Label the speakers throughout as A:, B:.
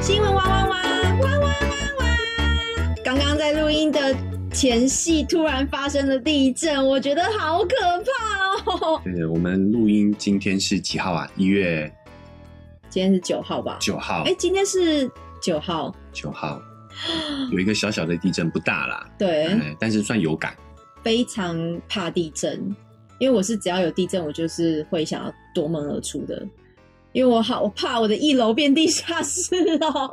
A: 新闻哇哇哇哇哇哇哇！刚刚在录音的前戏突然发生了地震，我觉得好可怕哦。
B: 对，我们录音今天是几号啊？一月
A: 今天是九号吧？
B: 九号
A: 哎、，今天是九号，
B: 九号有一个小小的地震，不大 啦，
A: 对，
B: 哎但是算有感。
A: 非常怕地震，因为我是只要有地震，我就是会想要夺门而出的，因为我好我怕我的一楼变地下室哦。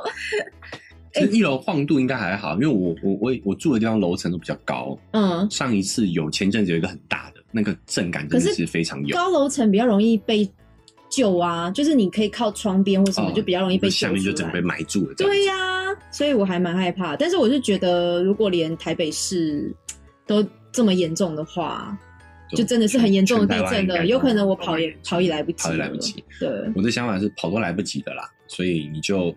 B: 其实一楼晃度应该还好，因为我我我我住的地方楼层都比较高。
A: 嗯，
B: 上一次有前阵子有一个很大的那个震感，真
A: 可
B: 的
A: 是
B: 是非常有。
A: 高楼层比较容易被救啊，就是你可以靠窗边或什么，
B: 哦
A: 就比较容易被
B: 就下面
A: 救出
B: 就整
A: 来
B: 个被埋住了。这样子
A: 对呀、所以我还蛮害怕。但是我是觉得，如果连台北市都这么严重的话，就真的是很严重的地震了，有可能我跑也跑也来不及，
B: 跑也来不及。。
A: 对，
B: 我的想法是跑都来不及的啦，所以你就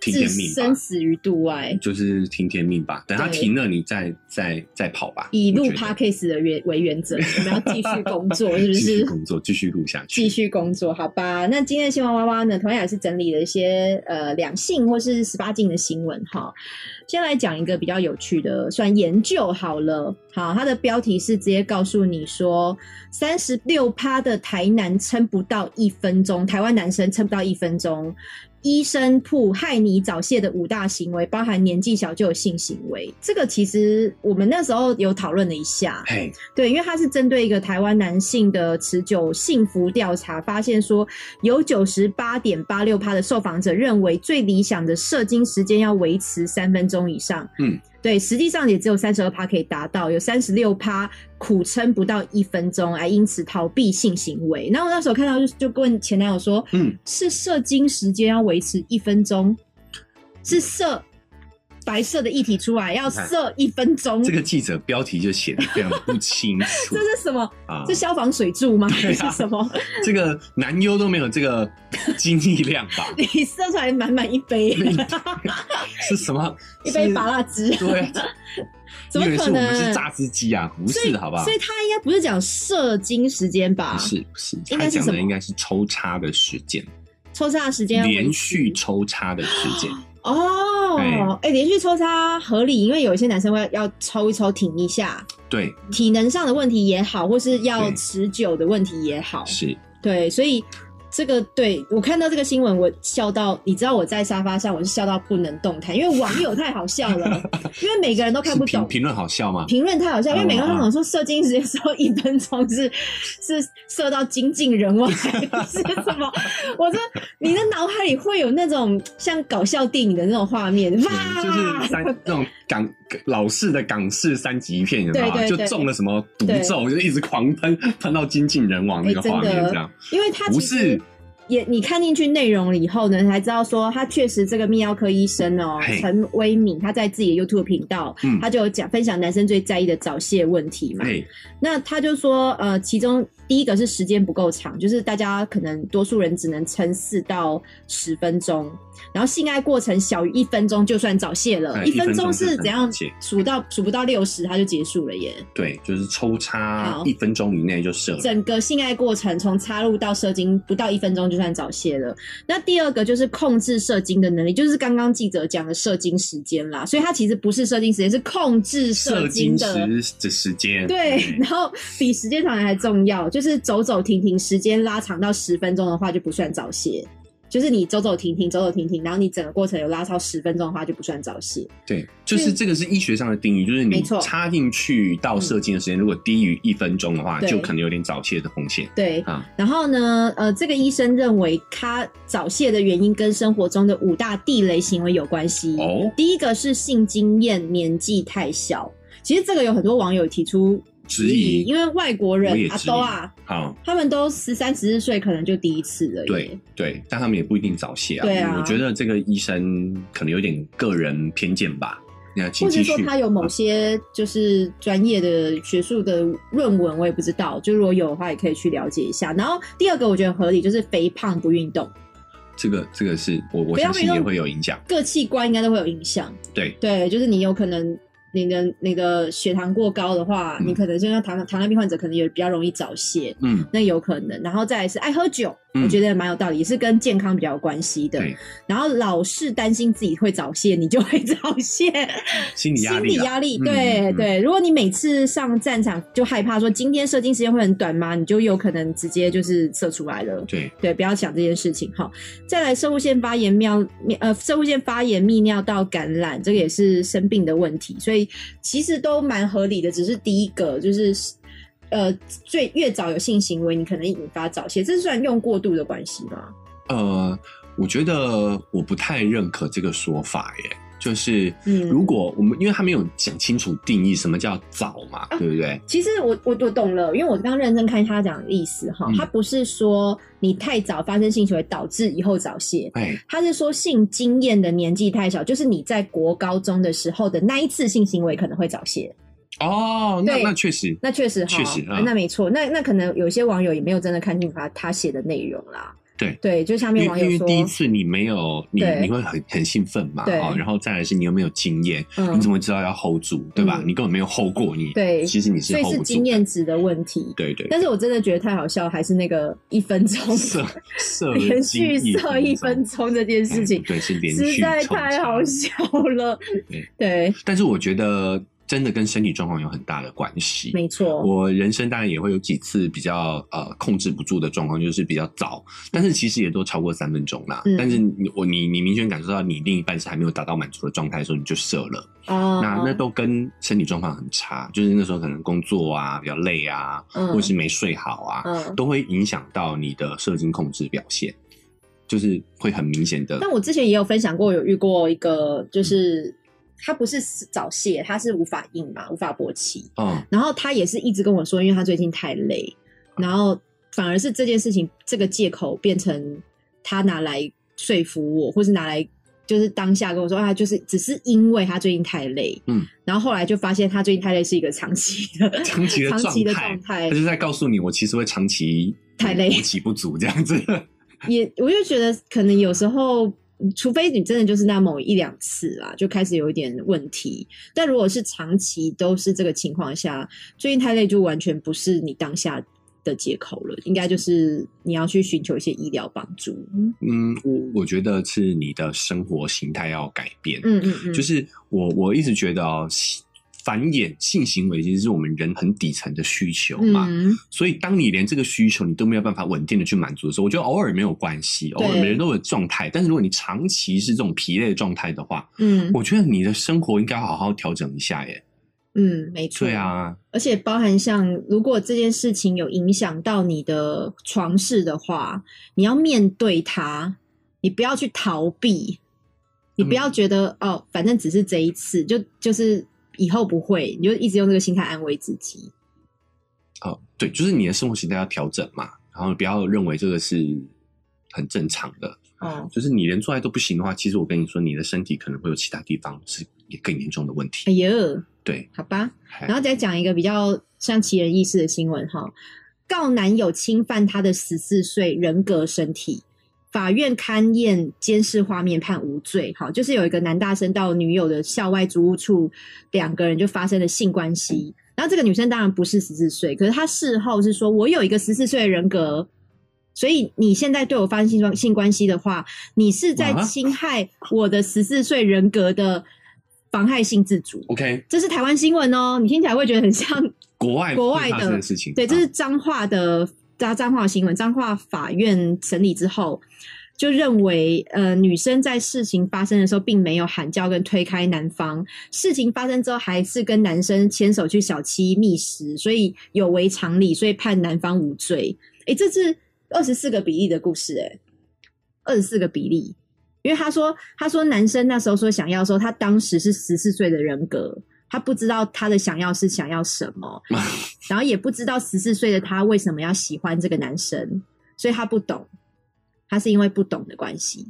B: 听
A: 置
B: 天命
A: 生
B: 吧，
A: 死于度外，
B: 就是听天命吧。等它
A: 对
B: 停了，你再再再跑吧。
A: 以录
B: 我觉得
A: podcast 的原为原则，我们要继续工 作，是不
B: 继续
A: 是？
B: 工作，继续录下去。
A: 继续工作，好吧。那今天的新闻娃娃呢，同样也是整理了一些呃两性或是十八禁的新闻哈。先来讲一个比较有趣的，算研究好了。好，它的标题是直接告诉你说，三十六趴的台男撑不到一分钟，台湾男生撑不到一分钟。医生铺害你早泄的五大行为，包含年纪小就有性行为。这个其实我们那时候有讨论了一下，
B: 嘿，
A: 对，因为它是针对一个台湾男性的持久幸福调查，发现说有九十八点八六趴的受访者认为最理想的射精时间要维持三分钟以上。
B: 嗯，
A: 对，实际上也只有三十二趴可以达到，有三十六趴苦撑不到一分钟，哎，因此逃避性行为。然后我那时候看到就就问前男友说，
B: 嗯，
A: 是射精时间要维持一分钟，是射白色的液体出来要
B: 看
A: 射一分钟，
B: 这个记者标题就写的非常不清 楚
A: 这是什么？
B: 啊
A: 这。消防水柱吗？还
B: 对
A: 是
B: 啊
A: 什么？
B: 这个男优都没有这个精力量 吧？
A: 你射出来满满一 杯，
B: 是什么？
A: 一杯
B: 是
A: 拔蜡汁，
B: 对啊，
A: 怎么
B: 你以为
A: 可
B: 是我们是
A: 能？
B: 榨汁机啊？不
A: 所以
B: 是，好不好
A: 所？以他应该不是讲射精时间吧？
B: 不是不是，
A: 应
B: 他
A: 该是
B: 讲
A: 什么
B: 的应该是抽插的时间，
A: 抽插的时间要维持
B: 连续抽插的时间。
A: 哦，哎、连续抽插合理，因为有一些男生会要抽一抽停一下，
B: 对，
A: 体能上的问题也好，或是要
B: 对
A: 持久的问题也好，
B: 是
A: 对，所以这个对我看到这个新闻，我笑到，你知道我在沙发上我是笑到不能动弹，因为网友太好笑 了，因为每个人都看
B: 是
A: 不
B: 评
A: 懂。
B: 评论好笑吗？
A: 评论太好笑，因为每个人都
B: 嗯嗯
A: 想说射精时间只有一分钟是， 是射到精尽人亡还是什 么？我说你的脑海里会有那种像搞笑电影的那种画面，哇！
B: 嗯
A: 啊
B: 就是三那种港老式的港式三级片，有没有啊？
A: 对对
B: 就
A: 对
B: 中了什么毒
A: 对
B: 咒，就一直狂喷，喷到精尽人亡那
A: 哎
B: 个
A: 真
B: 画面，
A: 的
B: 这样
A: 因为他
B: 不
A: 其实
B: 是
A: 也你看进去内容了以后呢，才知道说他确实这个泌尿科医生哦、
B: 嘿
A: 陈威敏，他在自己的 YouTube 频道，
B: 嗯
A: 他就有讲分享男生最在意的早泄问题嘛。
B: 哎，
A: 那他就说，呃，其中第一个是时间不够长，就是大家可能多数人只能撑四到十分钟，然后性爱过程小于一分钟就算早泄了，
B: 哎
A: 一分
B: 一分
A: 钟
B: 钟
A: 是
B: 是
A: 怎样
B: 早泄
A: 数到数不到六十它就结束了耶，
B: 对，就是抽插
A: 好
B: 一分钟以内就射了，
A: 整个性爱过程从插入到射精不到一分钟就算早泄了。那第二个就是控制射精的能力，就是刚刚记者讲的射精时间啦，所以它其实不是射精时间，是控制
B: 射
A: 射
B: 精
A: 精
B: 时
A: 的
B: 的时间，哎
A: 对，然后比时间长还重要，就是走走停停，时间拉长到十分钟的话就不算早泄。就是你走走停停，走走停停，然后你整个过程有拉超十分钟的话就不算早泄。
B: 对，就是
A: 是
B: 这个是医学上的定义，就是
A: 没
B: 你
A: 错嗯
B: 插进去到射精的时间，如果低于一分钟的话，
A: 对
B: 就可能有点早泄的风险
A: 对，
B: 啊。
A: 然后呢，呃，这个医生认为他早泄的原因跟生活中的五大地雷行为有关系。
B: 哦，
A: 第一个是性经验年纪太小，其实这个有很多网友提出
B: 质疑
A: 因为外国
B: 我
A: 人
B: 也
A: 阿
B: 质疑
A: 都啊，
B: 好，
A: 他们都十三十四岁可能就第一次了耶。
B: 对对，但他们也不一定早泄啊。
A: 对啊
B: 我觉得这个医生可能有点个人偏见吧。那请
A: 或
B: 继
A: 者说
B: 续。
A: 他有某些就是专业的学术的论文，我也不知道。就如果有的话，也可以去了解一下。然后第二个我觉得很合理，就是肥胖不运动，
B: 这个这个是我我
A: 不要
B: 相信
A: 运
B: 也
A: 动
B: 会有影响。
A: 各器官应该都会有影响。
B: 对
A: 对，就是你有可能你的那个血糖过高的话，
B: 嗯
A: 你可能就像糖糖尿病患者，可能也比较容易早泄，
B: 嗯，
A: 那有可能。然后再来是爱喝酒，
B: 嗯
A: 我觉得蛮有道理，也是跟健康比较有关系的。
B: 对，
A: 然后老是担心自己会早泄，你就会早泄，
B: 心理压
A: 心
B: 力
A: 理
B: 啦，
A: 压力。
B: 嗯
A: 对、
B: 嗯
A: 对，如果你每次上战场就害怕说今天射精时间会很短吗？你就有可能直接就是射出来了。
B: 对，
A: 对，不要想这件事情哈。再来，射物腺发炎尿呃，射物腺发炎泌尿道感染，这个也是生病的问题，所以其实都蛮合理的。只是第一个就是呃，最越早有性行为，你可能引发早泄，这算用过度的关系吗？
B: 呃，我觉得我不太认可这个说法耶，就是
A: 嗯
B: 如果我们因为他没有讲清楚定义什么叫早嘛，
A: 啊
B: 对不对？
A: 其实我我我懂了，因为我刚认真看他讲的意思哈
B: 嗯，
A: 他不是说你太早发生性行为导致以后早泄，
B: 哎，
A: 他是说性经验的年纪太小，就是你在国高中的时候的那一次性行为可能会早泄。
B: 哦，那
A: 对
B: 那确实，
A: 那确实哈，
B: 确实啊
A: 那没错，那那可能有些网友也没有真的看清楚他他写的内容啦。
B: 对
A: 对，就下面
B: 因
A: 网
B: 为因
A: 友
B: 为
A: 说，
B: 第一次你没有，你
A: 对
B: 你会很很兴奋嘛，
A: 对
B: 哦，然后再来是你有没有经验，
A: 嗯
B: 你怎么知道要 hold 住，对吧？
A: 嗯
B: 你根本没有 hold 过你，
A: 对
B: 其实你
A: 所以
B: hold
A: 是
B: 不住
A: 经
B: 的，
A: 验值的问题。
B: 对对，
A: 但是我真的觉得太好笑，还是那个一分钟
B: 射射
A: 连续
B: 精
A: 射一分
B: 钟
A: 钟这件事情
B: 哎，对，是连续
A: 实在
B: 冲
A: 太
B: 击
A: 好笑了。
B: 对
A: 对，
B: 但是我觉得真的跟身体状况有很大的关系。
A: 没错，
B: 我人生当然也会有几次比较呃控制不住的状况，就是比较早，但是其实也都超过三分钟啦。
A: 嗯
B: 但是你我你你明显感受到你另一半是还没有达到满足的状态的时候，你就射了。
A: 啊
B: 那那都跟身体状况很差，就是那时候可能工作啊比较累啊，
A: 嗯
B: 或是没睡好啊，
A: 嗯。
B: 都会影响到你的射精控制表现，就是会很明显的
A: 但我之前也有分享过，有遇过一个，
B: 嗯
A: 就是他不是早泄，他是无法硬嘛，无法勃起。
B: 嗯
A: 然后他也是一直跟我说，因为他最近太累，然后反而是这件事情这个借口变成他拿来说服我，或是拿来就是当下跟我说啊，就是只是因为他最近太累，
B: 嗯，
A: 然后后来就发现他最近太累是一个长期的
B: 长期的
A: 长期的
B: 状态
A: 状态
B: 他，就在告诉你，我其实会长期
A: 太累
B: 勃起不足这样子。
A: 也我就觉得可能有时候。除非你真的就是那某一两次啦，就开始有一点问题。但如果是长期都是这个情况下，最近太累就完全不是你当下的借口了，应该就是你要去寻求一些医疗帮助。嗯
B: 嗯，我我觉得是你的生活形态要改变。
A: 嗯嗯嗯，
B: 就是我我一直觉得哦，性繁衍性行为其实是我们人很底层的需求嘛。
A: 嗯
B: 所以，当你连这个需求你都没有办法稳定的去满足的时候，我觉得偶尔没有关系，偶尔
A: 对
B: 每人都有状态。但是，如果你长期是这种疲累的状态的话，
A: 嗯
B: 我觉得你的生活应该好好调整一下耶。
A: 嗯，没错。
B: 对，啊，
A: 而且包含像如果这件事情有影响到你的床事的话，你要面对它，你不要去逃避，你不要觉得、哦，反正只是这一次，就就是以后不会，你就一直用这个心态安慰自己。
B: 哦，对，就是你的生活形态要调整嘛，然后不要认为这个是很正常的。
A: 哦，
B: 就是你连做爱都不行的话，其实我跟你说，你的身体可能会有其他地方是也更严重的问
A: 哎
B: 题。
A: 呦，
B: 对，
A: 好吧，
B: 嗨
A: 然后再讲一个比较像奇人异事的新闻哈，告男友侵犯她的十四岁人格身体，法院勘验监视画面判无罪。好，就是有一个男大生到女友的校外租屋处，两个人就发生了性关系。然后这个女生当然不是十四岁，可是她事后是说我有一个十四岁的人格。所以你现在对我发生性关性关系的话，你是在
B: 啊
A: 侵害我的十四岁人格的妨害性自主。
B: OK，
A: 这是台湾新闻哦，你听起来会觉得很像，
B: 国外
A: 国外
B: 会发生
A: 的
B: 的事情，
A: 对，这
B: 啊
A: 是彰化的彰彰化新闻，彰化法院审理之后。就认为，呃，女生在事情发生的时候，并没有喊叫跟推开男方。事情发生之后，还是跟男生牵手去小七觅食，所以有违常理，所以判男方无罪。诶，这是二十四个比例的故事、诶，二十四个比例。因为他说，他说男生那时候说想要的时候，他当时是十四岁的人格，他不知道他的想要是想要什么，然后也不知道十四岁的他为什么要喜欢这个男生，所以他不懂，他是因为不懂的关系。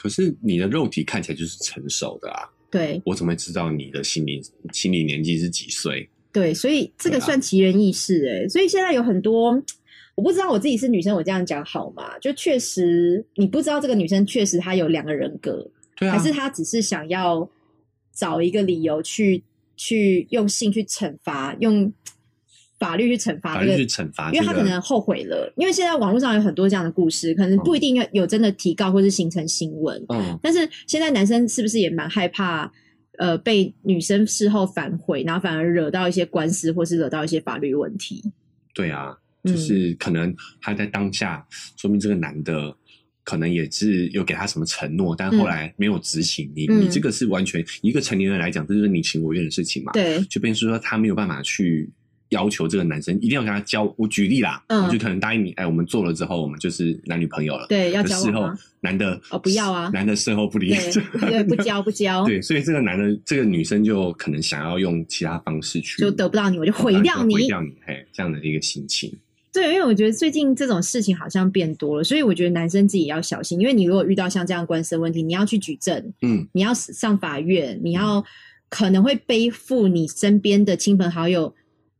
B: 可是你的肉体看起来就是成熟的啊，
A: 对
B: 我怎么会知道你的心理心理年纪是几岁？
A: 对，所以这个
B: 对啊
A: 算奇人异事哎、所以现在有很多。我不知道我自己是女生，我这样讲好吗？就确实，你不知道这个女生确实她有两个人格，
B: 对啊，
A: 还是他只是想要找一个理由去去用性去惩罚，用法律去惩罚
B: 法
A: 这
B: 律
A: 个
B: 去惩罚这个，
A: 因为他可能后悔了，因为现在网络上有很多这样的故事，可能不一定要有真的提告或是形成新闻，
B: 嗯
A: 但是现在男生是不是也蛮害怕，呃，被女生事后反悔，然后反而惹到一些官司或是惹到一些法律问题？
B: 对啊，
A: 嗯
B: 就是可能他在当下，说明这个男的可能也是有给他什么承诺，但后来没有执行。你
A: 嗯
B: 你这个是完全一个成年人来讲，这就是你情我愿的事情
A: 嗯
B: 嘛。
A: 对，
B: 就变成说他没有办法去要求这个男生一定要跟他交。我举例啦，
A: 嗯
B: 我就可能答应你，哎，我们做了之后，我们就是男女朋友了。
A: 对，要
B: 可
A: 交
B: 事
A: 往
B: 后
A: 吗？
B: 男的
A: 哦不要啊
B: 男的事后不理，
A: 对对，不交不交，
B: 对，所以这个男的，这个女生就可能想要用其他方式去
A: 就得不到你，我就毁
B: 把
A: 掉
B: 毁
A: 你。
B: 掉你，嘿，这样的一个心情。
A: 对，因为我觉得最近这种事情好像变多了，所以我觉得男生自己也要小心，因为你如果遇到像这样官司的问题，你要去举证，
B: 嗯，
A: 你要上法院，你要可能会背负你身边的亲朋好友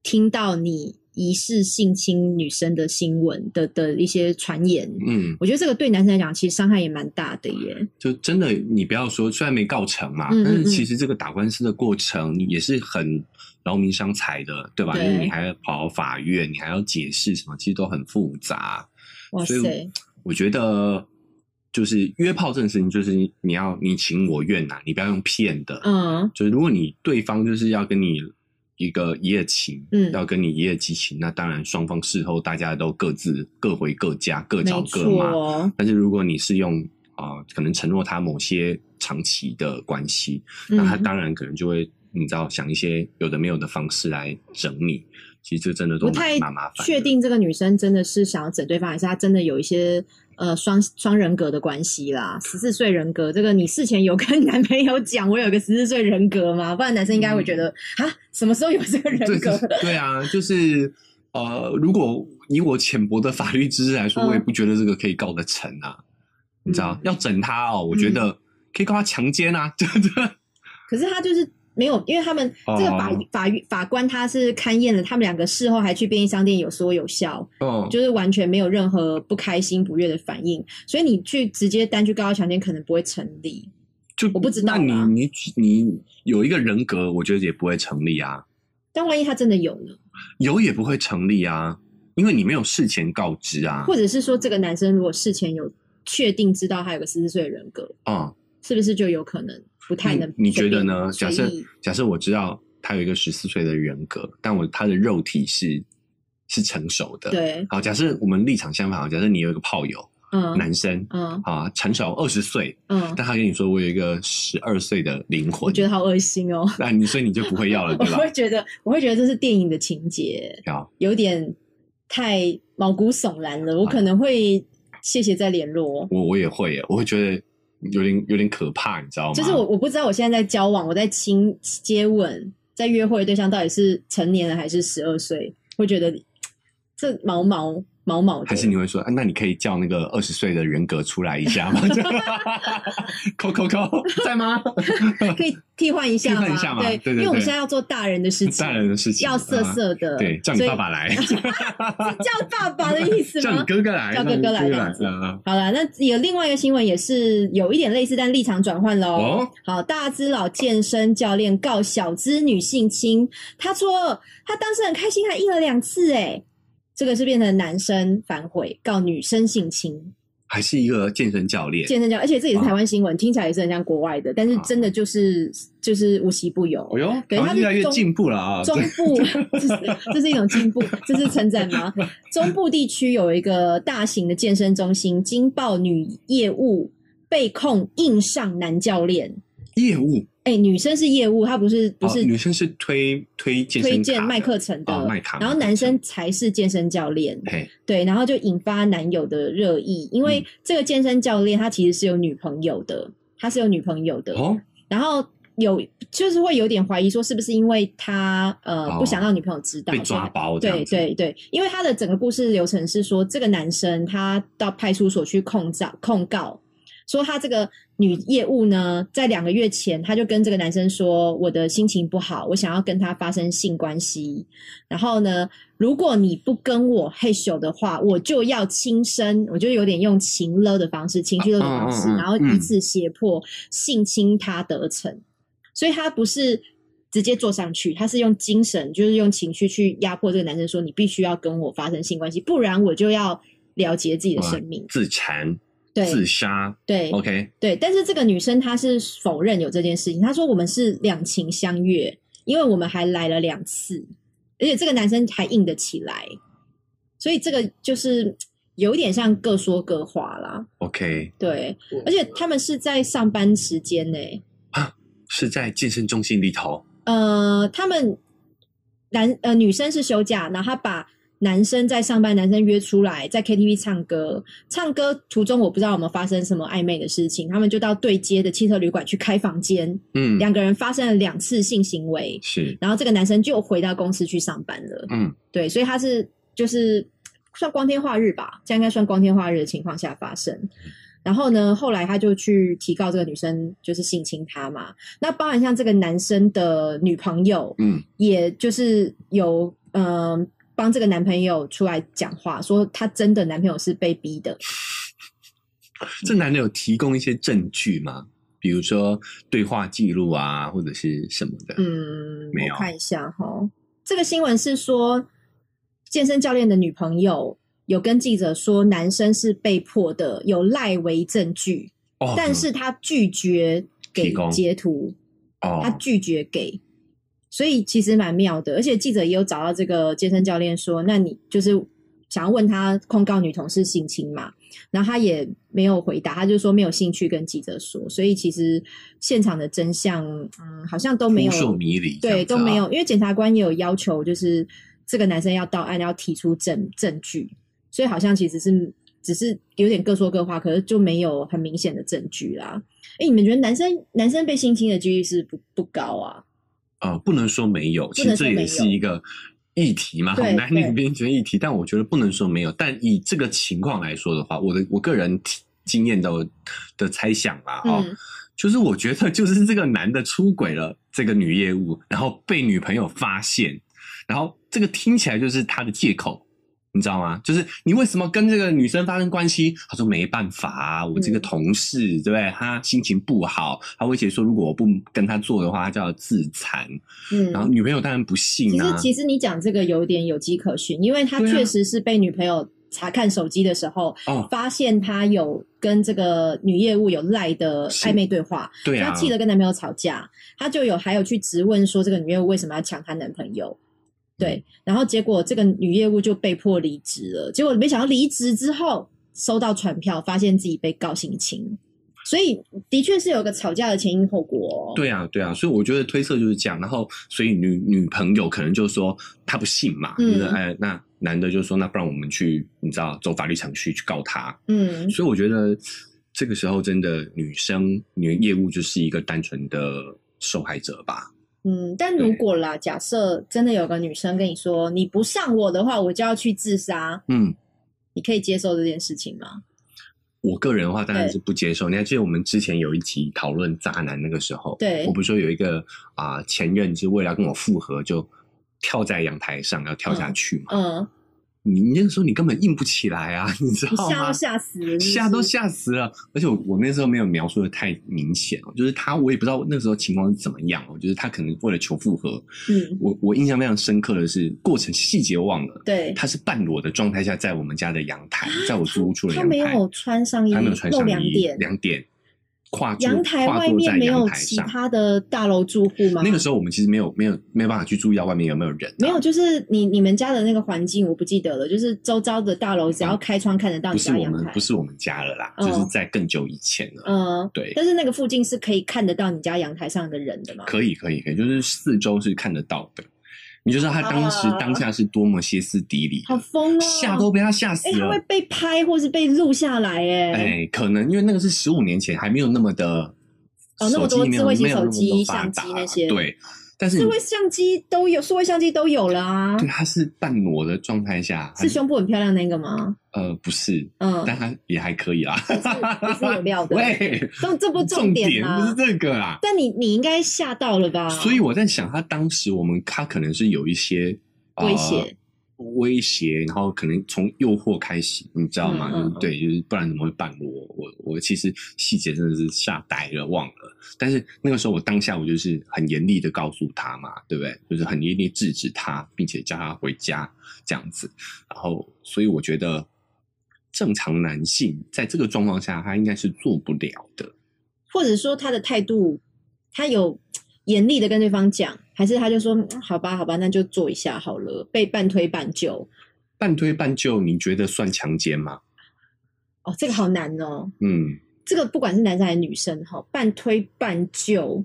A: 听到你疑似性侵女生的新闻的的一些传言。
B: 嗯，
A: 我觉得这个对男生来讲，其实伤害也蛮大的耶。
B: 就真的你不要说，虽然没告成嘛，
A: 嗯嗯
B: 但是其实这个打官司的过程也是很劳民伤财的，对吧？
A: 对
B: 因为你还要跑法院，你还要解释什么，其实都很复杂。
A: 哇
B: 所以
A: 塞，
B: 我觉得就是约炮这件事情，就是你要你情我愿呐、你不要用骗的。
A: 嗯，
B: 就是如果你对方就是要跟你一个一夜情，
A: 嗯
B: 要跟你一夜激情，那当然双方事后大家都各自各回各家，各找
A: 没
B: 各妈。
A: 错，哦
B: 但是如果你是用啊、呃可能承诺他某些长期的关系，那他
A: 嗯，
B: 当然可能就会你知道想一些有的没有的方式来整你。其实这真的都
A: 不
B: 蛮
A: 太
B: 蛮麻烦的，
A: 确定这个女生真的是想要整对方，还是她真的有一些呃双双人格的关系啦？十四岁人格，这个你事前有跟男朋友讲我有个十四岁人格吗？不然男生应该会觉得啊、什么时候有这个
B: 对
A: 人
B: 嗯对
A: 格？
B: 对啊，就是呃，如果以我浅薄的法律知识来说，
A: 嗯
B: 我也不觉得这个可以告得成啊。你知道
A: 嗯，
B: 要整他哦，我觉得可以告他强奸啊， 对不对？
A: 可是他就是。没有，因为他们
B: 哦
A: 这个法、法律法官他是勘验了，他们两个事后还去便利商店有说有笑，
B: 哦，
A: 就是完全没有任何不开心不悦的反应，所以你去直接单去告他强奸可能不会成立。
B: 就
A: 我不知道
B: 那
A: 啦
B: 你你你有一个人格，我觉得也不会成立啊，
A: 但万一他真的有呢？
B: 有也不会成立啊，因为你没有事前告知啊。
A: 或者是说，这个男生如果事前有确定知道他有个十四岁的人格，
B: 哦，
A: 是不是就有可能不太能
B: 你你
A: 随
B: 觉得
A: 便
B: 呢？假
A: 随
B: 设
A: 意
B: 假设我知道他有一个十四岁的人格，但我他的肉体是是成熟的，
A: 对，
B: 好，假设我们立场相反，好，啊假设你有一个炮友，
A: 嗯
B: 男生
A: 嗯
B: 啊，成熟二十岁，
A: 嗯，
B: 但他跟你说我有一个十二岁的灵
A: 我
B: 魂
A: 觉，得好恶心哦。
B: 那你所以你就不 会要了，
A: 我
B: 对吧？
A: 会觉得，我会觉得这是电影的情节，
B: 要
A: 有点太毛骨悚然了。我可能会谢谢再联络。
B: 啊
A: 哦
B: 我我也会耶，我会觉得有点有点可怕，你知道吗？
A: 就是我我不知道我现在在交往，我在亲接吻，在约会的对象到底是成年人还是十二岁，会觉得这毛毛毛毛的。
B: 还是你会说，啊、那你可以叫那个二十岁的人格出来一下吗？ 扣扣扣， 在吗？
A: 可以替换一下
B: 替
A: 吗？
B: 换一下嘛
A: 对
B: 对对
A: 因为我们
B: 对
A: 现在要做大人的事情，
B: 大人的事情
A: 要色色的，
B: 嗯对，叫你
A: 所以
B: 爸爸 来，
A: 叫爸爸的意思
B: 叫你
A: 吗？
B: 哥哥来，
A: 叫哥哥来
B: 嗯
A: 这样子
B: 嗯嗯
A: 好了，那有另外一个新闻也是有一点类似，但立场转换喽。
B: 哦，
A: 好，大资老健身教练告小资女性侵，他说他当时很开心，还印了两次，哎，这个是变成男生反悔告女生性侵
B: 还是一个健身教练，
A: 健身教，而且这也是
B: 哇
A: 台湾新闻，听起来也是很像国外的，但是
B: 啊
A: 真的就是就是无奇不有。
B: 哦哟，
A: 对
B: 好
A: 他
B: 像
A: 是
B: 越来越
A: 中
B: 进步了啊！
A: 中部，这是这是一种进步，这是称赞吗？中部地区有一个大型的健身中心，惊爆女业务被控硬上男教练。
B: 业务
A: 哎、女生是业务，她不是不
B: 哦
A: 是
B: 女生是推推健身
A: 推
B: 卡
A: 荐
B: 的
A: 卖课程的，
B: 哦卖卡
A: 然后
B: 卖课
A: 男生才是健身教练。
B: 嘿，
A: 对，然后就引发男友的热议，因为
B: 哎嗯
A: 这个健身教练他其实是有女朋友的，他是有女朋友的。
B: 哦，
A: 然后有就是会有点怀疑说，是不是因为他呃、
B: 哦
A: 不想让女朋友知道
B: 被
A: 所以
B: 抓包这
A: 对
B: 样子，
A: 对对，因为他的整个故事流程是说，这个男生他到派出所去控告控告，说他这个女业务呢，在两个月前他就跟这个男生说，我的心情不好，我想要跟他发生性关系，然后呢，如果你不跟我嘿咻的话，我就要轻生，我就有点用情勒的方式，情绪勒的方式，
B: 嗯嗯嗯
A: 然后
B: 嗯
A: 以此胁迫性侵他得逞，所以他不是直接坐上去，他是用精神，就是用情绪去压迫这个男生，说你必须要跟我发生性关系，不然我就要了结自己的生命。
B: 自残、
A: 对
B: 自杀
A: 对
B: ，OK，
A: 对，但是这个女生她是否认有这件事情，她说我们是两情相悦，因为我们还来了两次，而且这个男生还硬得起来，所以这个就是有点像各说各话啦。
B: OK，
A: 对
B: 嗯，
A: 而且他们是在上班时间呢、
B: 是在健身中心里头，
A: 呃，他们男呃女生是休假，然后他把男生在上班男生约出来在 KTV 唱歌，唱歌途中我不知道有没有发生什么暧昧的事情，他们就到对街的汽车旅馆去开房间，
B: 嗯，
A: 两个人发生了两次性行为，
B: 是，
A: 然后这个男生就回到公司去上班了，
B: 嗯，
A: 对，所以他是就是算光天化日吧，这样应该算光天化日的情况下发生。然后呢，后来他就去提告这个女生，就是性侵他嘛。那包含像这个男生的女朋友，
B: 嗯，
A: 也就是有嗯、呃帮这个男朋友出来讲话，说她真的男朋友是被逼的，
B: 这男的有提供一些证据吗？比如说对话记录啊，或者是什么的，
A: 嗯，
B: 没有
A: 我看一下哈，这个新闻是说，健身教练的女朋友有跟记者说，男生是被迫的，有赖为证据，
B: 哦，
A: 但是他拒绝
B: 提
A: 给
B: 供
A: 截图，
B: 哦
A: 他，拒绝给。所以其实蛮妙的，而且记者也有找到这个健身教练说，那你就是想要问他控告女同事性侵嘛？然后他也没有回答，他就说没有兴趣跟记者说。所以其实现场的真相，嗯，好像都没有
B: 扑朔迷离，
A: 对，
B: 这
A: 都
B: 样子啊
A: 没，有，因为检察官也有要求，就是这个男生要到案，要提出证证据，所以好像其实是只是有点各说各话，可是就没有很明显的证据啦。哎，你们觉得男生男生被性侵的几率是不不高啊？
B: 呃，不能说没有，其实
A: 能
B: 这
A: 说
B: 也
A: 没
B: 是
A: 有
B: 一个议题嘛，
A: 对
B: 男女
A: 对
B: 平权议题。但我觉得不能说没有，但以这个情况来说的话，我的我个人体经验的的猜想啊，哦，
A: 嗯
B: 就是我觉得就是这个男的出轨了这个女业务，然后被女朋友发现，然后这个听起来就是他的借口。你知道吗？就是你为什么跟这个女生发生关系？他说没办法、啊，我这个
A: 嗯
B: 同事、对不对？他心情不好，他威胁说如果我不跟他做的话，他就要自残。然后
A: 嗯，
B: 女朋友当然不
A: 其
B: 信
A: 实
B: 啊，
A: 其实你讲这个有点有迹可循，因为他
B: 对啊
A: 确实是被女朋友查看手机的时候，
B: 哦，
A: 发现他有跟这个女业务有赖的
B: 是
A: 暧昧对话，
B: 对啊，
A: 她气得跟男朋友吵架，她就有还有去质问说这个女业务为什么要抢她男朋友，
B: 嗯
A: 对，然后结果这个女业务就被迫离职了。结果没想到离职之后收到传票，发现自己被告性侵，所以的确是有个吵架的前因后果、哦。，
B: 对啊，对啊，所以我觉得推测就是这样。然后，所以女女朋友可能就说她不信嘛，
A: 嗯
B: 就是哎，那男的就说那不然我们去，你知道，走法律程序去告他。
A: 嗯，
B: 所以我觉得这个时候真的女生女业务就是一个单纯的受害者吧。
A: 嗯，但
B: 对
A: 如果啦，假设真的有个女生跟你说你不上我的话，我就要去自杀，
B: 嗯，
A: 你可以接受这件事情吗？
B: 我个人的话当然是不接受。你还记得我们之前有一集讨论渣男那个时候，
A: 对
B: 我，不是说有一个啊、前任是为了跟我复合就跳在阳台上要跳下去嘛？
A: 嗯，
B: 你你那个时候你根本硬不起来啊，你知
A: 你
B: 道
A: 吓
B: 吗
A: 都？吓死了，
B: 吓
A: 是不
B: 都
A: 是
B: 吓死了，而且我我那时候没有描述的太明显哦，就是他我也不知道那时候情况是怎么样哦，就是他可能为了求复合，
A: 嗯，
B: 我我印象非常深刻的是过程细节忘了，
A: 对。
B: 他是半裸的状态下在我们家的阳台，在我租屋处的
A: 啊他
B: 阳
A: 没
B: 台，
A: 有穿上衣，
B: 他没有穿
A: 露
B: 上
A: 两
B: 衣，
A: 点。
B: 两点跨坐
A: 阳台
B: 跨
A: 外
B: 坐在
A: 面没
B: 阳
A: 有
B: 台
A: 其
B: 上。
A: 他的大楼住户吗？
B: 那个时
A: 候
B: 候我们其实没有没有没有办法去注意到外面有没有人、啊，
A: 没有，就是你你们家的那个环境我不记得了，就是周遭的大楼只要开窗看得到
B: 啊不
A: 你
B: 是
A: 家
B: 我
A: 阳
B: 们
A: 台
B: 不，是我们家了啦，
A: 嗯
B: 就是在更久以前了。
A: 嗯，
B: 对，
A: 但是那个附近是可以看得到你家阳台上的人的嘛？
B: 可以，可以，可以，就是四周是看得到的。你就知道他当时、
A: 啊
B: 当下是多么歇斯底里的，
A: 好疯哦！
B: 吓都被他吓死
A: 哎，他
B: 了
A: 会。被拍或是被录下来
B: 哎、
A: 哎。
B: 可能因为那个是十五年前，还没有那么的
A: 哦那么
B: 手机
A: 多
B: 没有
A: 智慧型
B: 没有那
A: 手
B: 么
A: 机
B: 多发
A: 相
B: 达
A: 机那些
B: 对，但是
A: 智
B: 你
A: 慧相机都有，数位相机都有了啊
B: 对。他是半裸的状态下，
A: 是胸部很漂亮那个吗？
B: 呃不是，
A: 嗯，
B: 但他也还可以啦。
A: 不是有料的。
B: 喂，
A: 这这不
B: 重
A: 点
B: 不是
A: 啊。
B: 这个啦。
A: 但你你应该吓到了吧？
B: 所以我在想，他当时我们他可能是有一些、呃
A: 威胁。
B: 威胁，然后可能从诱惑开始，你知道吗？
A: 嗯嗯嗯
B: 对，就是不然怎么会办我？我我其实细节真的是吓呆了，忘了。但是那个时候我当下我就是很严厉的告诉他嘛，对不对？就是很严厉地制止他，并且叫他回家这样子。然后，所以我觉得正常男性在这个状况下，他应该是做不了的。
A: 或者说他的态度，他有严厉的跟对方讲，还是他就说嗯好吧，好吧，那就做一下好了，被半推半就。
B: 半推半就，你觉得算强奸吗？
A: 哦，这个好难哦，
B: 嗯，
A: 这个不管是男生还是女生哈，半推半就，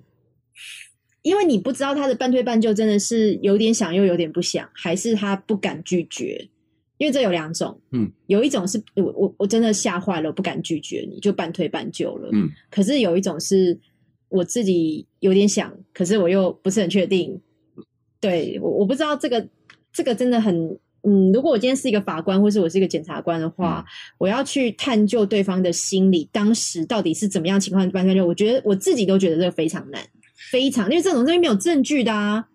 A: 因为你不知道他的半推半就真的是有点想又有点不想，还是他不敢拒绝。因为这有两种，
B: 嗯，
A: 有一种是我我我真的吓坏了，我不敢拒绝你，就半推半就了，
B: 嗯，
A: 可是有一种是我自己有点想，可是我又不是很确定。对我，我不知道这个这个真的很，嗯，如果我今天是一个法官，或是我是一个检察官的话，
B: 嗯
A: 我要去探究对方的心理，当时到底是怎么样情况半推就，我觉得我自己都觉得这个非常难，非常，因为这种东西没有证据的啊，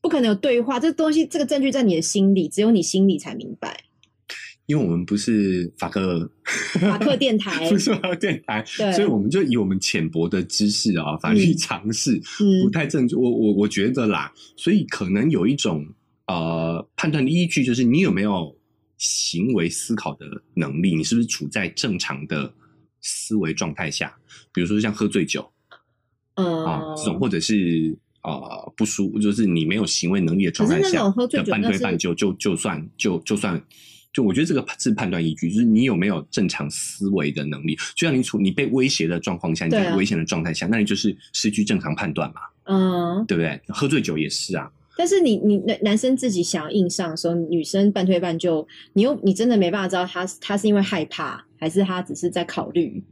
A: 不可能有对话，这东西这个证据在你的心里，只有你心里才明白。
B: 因为我们不是法克
A: 法克电台，
B: 不是法克电 台，
A: 对，嗯
B: 所以我们就以我们浅薄的知识啊、法律常识，
A: 嗯
B: 不太正确。我我我觉得啦，所以可能有一种呃判断的依据，就是你有没有行为思考的能力，你是不是处在正常的思维状态下？比如说像喝醉酒啊、
A: 呃，
B: 这种，或者是呃不舒服，就是你没有行为能力的状态
A: 可是那
B: 下
A: 种喝醉
B: 的
A: 酒
B: 半
A: 那
B: 推
A: 是
B: 半就，就就算就就算。就我觉得这个是判断依据，就是你有没有正常思维的能力。就像你处你被威胁的状况下，你
A: 对
B: 在
A: 啊
B: 危险的状态下，那你就是失去正常判断嘛，
A: 嗯、
B: 对不对？喝醉酒也是啊，
A: 但是你你男男生自己想要硬上的时候，女生半推半就，你又你真的没办法知道他他是因为害怕，还是他只是在考虑。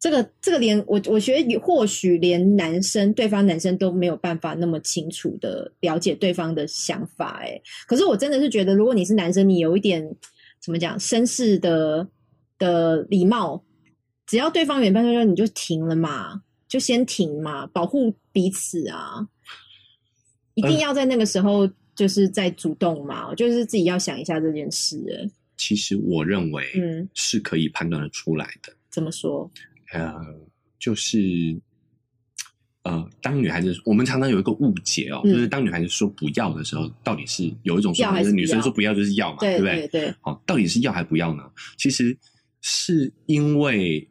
A: 这个这个连我我觉得或许连男生对方男生都没有办法那么清楚的了解对方的想法哎，可是我真的是觉得，如果你是男生，你有一点怎么讲绅士的的礼貌，只要对方原半推半就，你就停了嘛，就先停嘛，保护彼此啊。一
B: 嗯
A: 定要在那个时候就是在主动嘛，我就是自己要想一下这件事了。
B: 其实我认为
A: 嗯，
B: 是可以判断的出来的。
A: 怎么说？
B: 呃，就是呃，当女孩子，我们常常有一个误解哦，
A: 嗯
B: 就是当女孩子说不要的时候，到底是有一种说
A: 要
B: 法，
A: 还
B: 就是是
A: 不
B: 女生
A: 要
B: 说不要就是要嘛，
A: 对
B: 不
A: 对对，
B: 好、哦到底是要还不要呢？其实是因为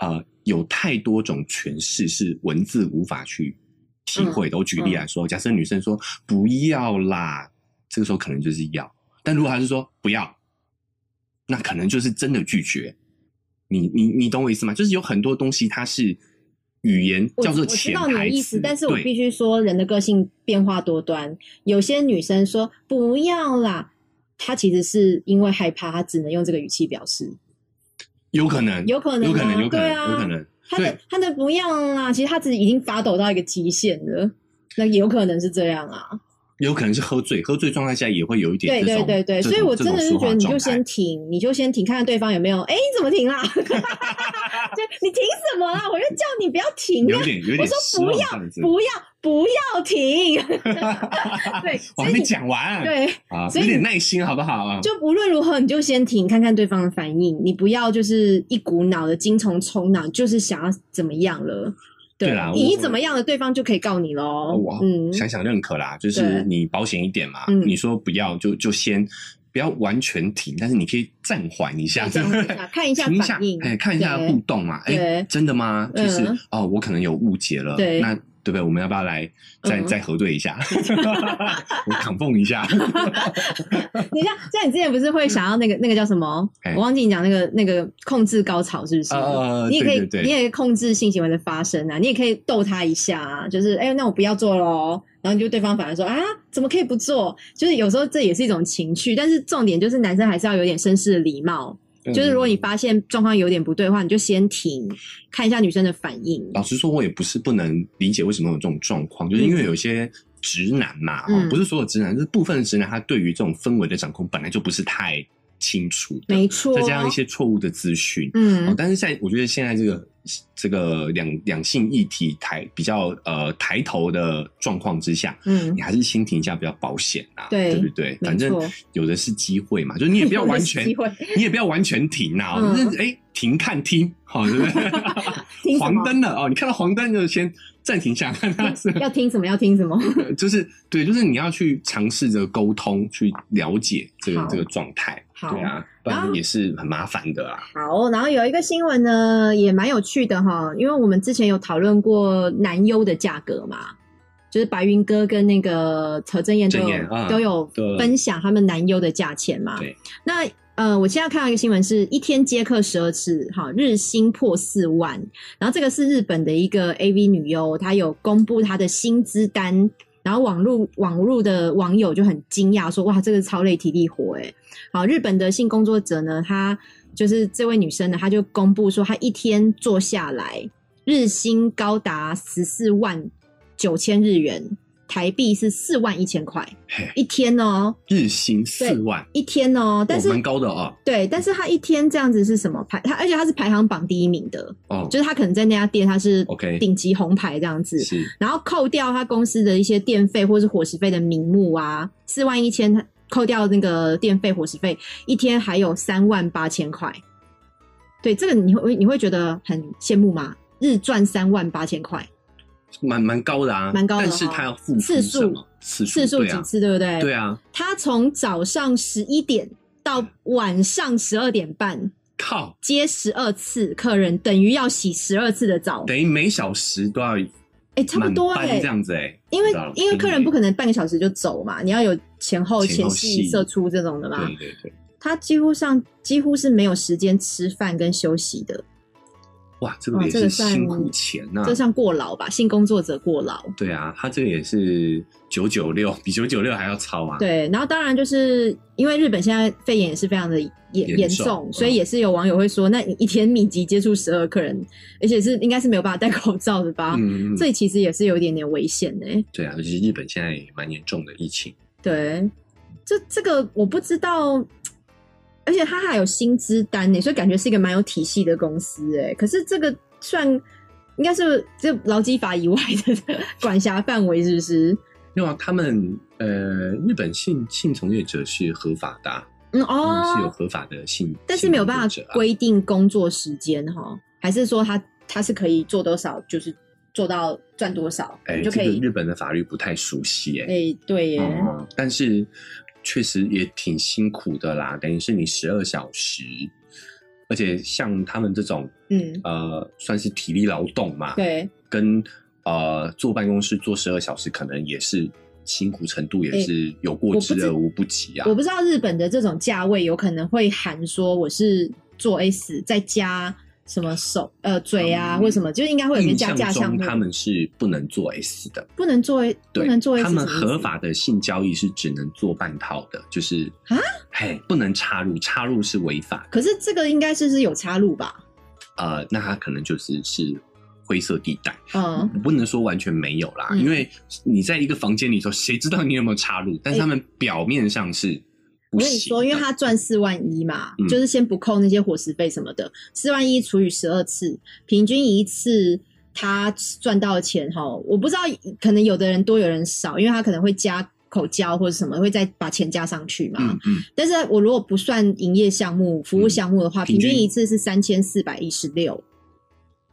B: 呃，有太多种诠释是文字无法去体
A: 嗯
B: 会的。我举例来说，假设女生说不要啦，这个时候可能就是要；但如果她是说不要，那可能就是真的拒绝。你你你懂我意思吗？就是有很多东西它是语言
A: 我
B: 叫做
A: 我知
B: 潜
A: 道你的
B: 台
A: 意
B: 词
A: 思，，但是我
B: 对
A: 必须说，人的个性变化多端。有些女生说不要啦，她其实是因为害怕，她只能用这个语气表示，
B: 有可能，
A: 有可能、啊，
B: 有可能，有可
A: 对
B: 能，
A: 啊，
B: 有可。能。
A: 她
B: 对
A: 的她的不要啦，其实她自己已经发抖到一个极限了，那有可能是这样啊。
B: 有可能是喝醉，喝醉状态下也会有一
A: 对
B: 点这
A: 对
B: 种
A: 对对，
B: 这
A: 所以
B: 种
A: 我
B: 这
A: 真
B: 种
A: 的是
B: 说
A: 觉
B: 话
A: 得你就
B: 状态
A: 先停，你就先停，看看对方有没有，哎，你怎么停啦？ 就你停什么啦？我就叫你不要停啊
B: 有！点有点
A: 我说
B: 失
A: 不
B: 望
A: 要
B: 这样子，
A: 不要不要停！ 对，
B: 我
A: 所
B: 还
A: 以
B: 没
A: 你
B: 讲 完，
A: 对，
B: 啊，
A: 所以
B: 有点
A: 你
B: 耐心好不好啊？
A: 就无论如何，你就先停，看看对方的反应。你不要就是一股脑的精虫冲脑，就是想要怎么样了。
B: 对啦
A: 你
B: 我
A: 一怎么样了，对方就可以告你喽。
B: 我
A: 嗯，
B: 想想认可啦，就
A: 对
B: 是你保险一点嘛
A: 嗯，
B: 你说不要就就先不要完全停，但是你可以暂缓一下，
A: 这
B: 对
A: 样
B: 不
A: 子
B: 对
A: 啊看一下
B: 停一下
A: 反应，，
B: 哎，看一下
A: 对
B: 互动嘛，
A: 对
B: 哎，真的吗？就是
A: 嗯
B: 哦，我可能有误解了，
A: 对
B: 那对不对？我们要不要来再
A: 嗯
B: 再核对一下？ 我扛缝 一下，
A: 你像像你之前不是会想要那个那个叫什么？
B: 哎
A: 我忘记你讲那个那个控制高潮是不是？
B: 呃
A: 你也可以，
B: 对对对
A: 你也可以控制性行为的发生啊，你也可以逗他一下啊，就是哎、那我不要做喽。然后你就对方反而说啊，怎么可以不做？就是有时候这也是一种情趣，但是重点就是男生还是要有点绅士的礼貌。
B: 嗯
A: 就是如果你发现状况有点不对的话，你就先停，看一下女生的反应。
B: 老实说，我也不是不能理解为什么有这种状况，就是因为有些直男嘛，
A: 嗯
B: 哦，不是所有直男，就是部分直男他对于这种氛围的掌控本来就不是太清楚的，
A: 没错，啊
B: 再加上一些错误的资讯。哦
A: 嗯，
B: 但是现在我觉得现在这个这个两两性议题抬比较呃抬头的状况之下，
A: 嗯
B: 你还是先停一下比较保险啊，
A: 对
B: 不对？
A: 没
B: 反正
A: 错
B: 有的是机会嘛， 就是你也不要
A: 有的
B: 完
A: 是
B: 全
A: 机会，
B: 你也不要完全停啊，
A: 嗯
B: 就是哎停看听，好、对不对？
A: 听什
B: 黄
A: 么？
B: 灯了哦，你看到黄灯就先暂停 一下，看他是
A: 要听什么？要听什么？
B: 就是对，就是你要去尝试着沟通，去了解这个
A: 好
B: 这个状态，
A: 好
B: 对啊，不
A: 然
B: 然
A: 后
B: 也是很麻烦的啊。
A: 好，然后有一个新闻呢，也蛮有趣的哈，因为我们之前有讨论过男优的价格嘛，就是白云哥跟那个曹真妍都
B: 真
A: 有、
B: 言啊
A: 都有
B: 对
A: 分享他们男优的价钱嘛。
B: 对，
A: 那呃，我现在看到一个新闻是，一天接客十二次，哈，日薪破四万，然后这个是日本的一个 AV 女优，她有公布她的薪资单。然后网络网络的网友就很惊讶说：“哇，这个超累体力活哎！”好，日本的性工作者呢，她就是这位女生呢，她就公布说，她一天做下来日薪高达十四万九千日元，台币是四万一千块
B: 嘿
A: 一天哦，
B: 日薪四万，
A: 一天哦，但
B: 哦，
A: 是、
B: 蛮高的哦。
A: 对，但是她一天这样子是什么排？她而且她是排行榜第一名的，
B: 哦，
A: 就是她可能在那家店她是
B: OK
A: 顶级红牌这样子。
B: 是
A: 然后扣掉他公司的一些电费或是伙食费的名目啊，四万一千扣掉那个电费伙食费，一天还有三万八千块。对，这个你会你会觉得很羡慕吗？日赚三万八千块，
B: 蛮蛮高的啊，
A: 蛮高的
B: 但是
A: 哦
B: 他要付出
A: 次
B: 什么次数
A: 次数
B: 对
A: 几
B: 啊，
A: 次，对不对？
B: 对啊，
A: 他从早上十一点到晚上十二点半
B: 靠，
A: 接十二次客人，等于要洗十二次的澡，
B: 等于每小时都要
A: 哎，差不多
B: 满
A: 哎、
B: 班这样子哎，
A: 因为
B: 知道了
A: 因为客人不可能半个小时就走嘛，你要有前后
B: 前
A: 前
B: 后
A: 戏、
B: 戏
A: 射出这种的嘛。
B: 对对对，
A: 他几乎上几乎是没有时间吃饭跟休息的，
B: 哇，这个
A: 哇哦
B: 也
A: 这个
B: 是
A: 算
B: 辛苦钱呐
A: 这。算过劳吧？性工作者过劳。
B: 对啊，他这个也是九九六，比九九六还要超啊。
A: 对，然后当然就是因为日本现在肺炎也是非常的严
B: 严
A: 严
B: 重
A: 重，
B: 嗯
A: 所以也是有网友会说，那你一天密集接触十二客人，而且是应该是没有办法戴口罩的吧？
B: 嗯，嗯，嗯
A: 啊这其实也是有一点点危险呢、
B: 对啊，尤其是日本现在也蛮严重的疫情，
A: 对，这这个我不知道，而且它还有薪资单呢，所以感觉是一个蛮有体系的公司哎。可是这个算应该是这劳基法以外的管辖范围，是不是？
B: 因为他们呃，日本性性从业者是合法的、啊，
A: 嗯
B: 他们是有
A: 哦，
B: 合法的性，
A: 但是没有办
B: 性
A: 法
B: 从业者啊
A: 规定工作时间哈，还是说他他是可以做多少，就是做到赚多少，
B: 哎、
A: 你
B: 这
A: 就可
B: 个
A: 以。
B: 日本的法律不太熟悉哎、
A: 哎、对耶，
B: 嗯但是确实也挺辛苦的啦，等于是你十二小时，而且像他们这种
A: 嗯，
B: 呃，算是体力劳动嘛，
A: 对，
B: 跟呃坐办公室坐十二小时，可能也是辛苦程度也
A: 哎
B: 是有
A: 我
B: 过
A: 不
B: 之
A: 知
B: 而无不及啊。
A: 我不知道日本的这种价位有可能会含说我是做 S 再加什么手呃嘴啊、
B: 嗯
A: 或什么，就应该会有一些
B: 印
A: 加
B: 象
A: 价项
B: 中
A: 目。
B: 他们是不能做 S 的，
A: 不能做不
B: 对
A: 能做 S，
B: 他们
A: 什么意思
B: 合法的性交易是只能做半套的，就是
A: 啊，
B: 嘿，不能插入，插入是违法的。
A: 可是这个应该是是有插入吧？
B: 呃，那他可能就是是灰色地带，
A: 嗯，
B: 不能说完全没有啦，
A: 嗯
B: 因为你在一个房间里头，谁知道你有没有插入？但是他们表面上是
A: 我
B: 不
A: 跟你
B: 行
A: 说，因为
B: 的
A: 他赚四万一嘛，
B: 嗯
A: 就是先不扣那些伙食费什么的，四万一除以十二次，平均一次他赚到的钱哈，我不知道，可能有的人多，有人少，因为他可能会加口交或者什么，会再把钱加上去嘛。
B: 嗯嗯，
A: 但是我如果不算营业项目、服务项目的话，
B: 嗯
A: 平
B: 平均
A: 均一次是三千四百一十六。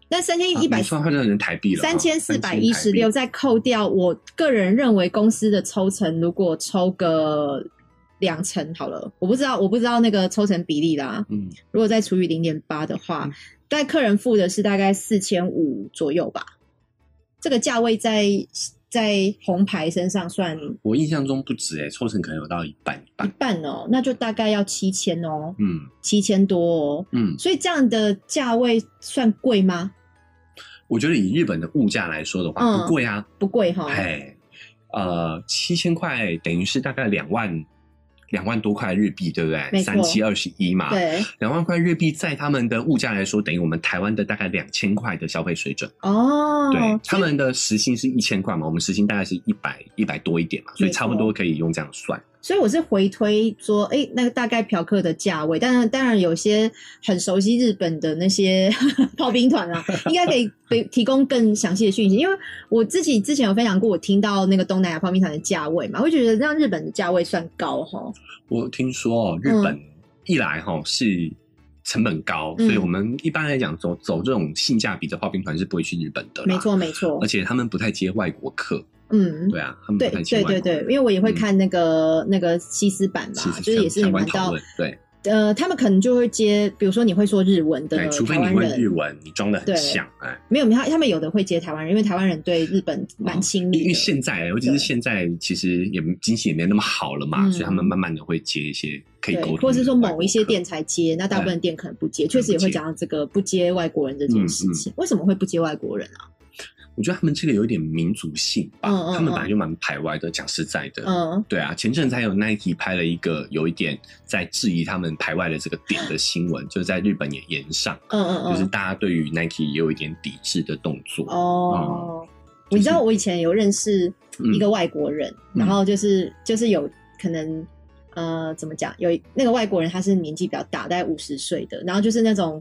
A: 那三千一百
B: 啊算换成人台币了，啊
A: 三千四百一十六，
B: 3416，
A: 再扣掉我个人认为公司的抽成，如果抽个两成好了，我不知道我不知道那个抽成比例啦。
B: 嗯，
A: 如果再除以零点八的话
B: 嗯，
A: 但客人付的是大概四千五左右吧。这个价位在在红牌身上算一
B: 我印象中不止哎、欸，抽成可能有到一半一半，
A: 半哦，那就大概要七千哦，
B: 嗯
A: 七千多哦。
B: 嗯，
A: 所以这样的价位算贵吗？
B: 我觉得以日本的物价来说的话，
A: 嗯
B: 不贵啊，
A: 不贵哈，
B: 哎、呃，七千块等于是大概两万两万多块日币，对不
A: 没错
B: 对？三七二十一嘛，
A: 对
B: 两万块日币在他们的物价来说，等于我们台湾的大概两千块的消费水准。
A: 哦，
B: 对，他们的时薪是一千块嘛，我们时薪大概是一百一百多一点嘛，所以
A: 没错
B: 差不多可以用这样算。
A: 所以我是回推说，哎、那个大概嫖客的价位，当然当然有些很熟悉日本的那些 炮兵团 啊，应该可以给提供更详细的讯息，因为我自己之前有分享过，我听到那个东南亚炮兵团的价位嘛，我就觉得让日本的价位算高哈，
B: 我听说哦，日本一来哈、是成本高，
A: 嗯
B: 所以我们一般来讲走走这种性价比的炮兵团是不会去日本的，
A: 没，错没错
B: 而，且他们不太接外国客，
A: 嗯。
B: 对啊，他们
A: 对
B: 不太嗯接
A: 对
B: 外国
A: 对
B: 客。
A: 对，因为我也会看那个、那个西斯版
B: 其
A: 嘛，
B: 实
A: 啊就是也是
B: 相
A: 你
B: 关
A: 看
B: 讨
A: 到，
B: 论，对
A: 呃，他们可能就会接，比如说你会说日文的
B: 对，哎除非
A: 台湾
B: 你会日
A: 人，
B: 文，你装的很
A: 对
B: 像，哎，
A: 没有他他们有的会接台湾人，因为台湾人对日本蛮亲
B: 哦因
A: 密
B: 为
A: 的。
B: 现在，尤其
A: 对
B: 是现在，其实也经济也没那么好了嘛，
A: 嗯
B: 所以他们慢慢的会接一些可以
A: 对
B: 沟通，的哎
A: 或者是说
B: 外
A: 某
B: 国
A: 一些
B: 客
A: 店才接，那大部分店可能不接，确实也会讲到这个不接外国人这件
B: 嗯
A: 事情。为什么会不接外国人啊？
B: 我觉得他们这个有一点民族性吧，
A: 嗯嗯
B: 他们
A: 嗯
B: 本来就蛮排外的。讲实在的，
A: 嗯，
B: 对啊，前阵子还有 Nike 拍了一个有一点在质疑他们排外的这个点的新闻，就是在日本也延上，
A: 嗯嗯
B: 就是
A: 嗯，
B: 大家对于 Nike 也有一点抵制的动作。
A: 哦，你知道我以前有认识一个外国人，
B: 嗯
A: 然后就是就是有可能。呃，怎么讲？有一那个外国人，他是年纪比较大，大概五十岁的，然后就是那种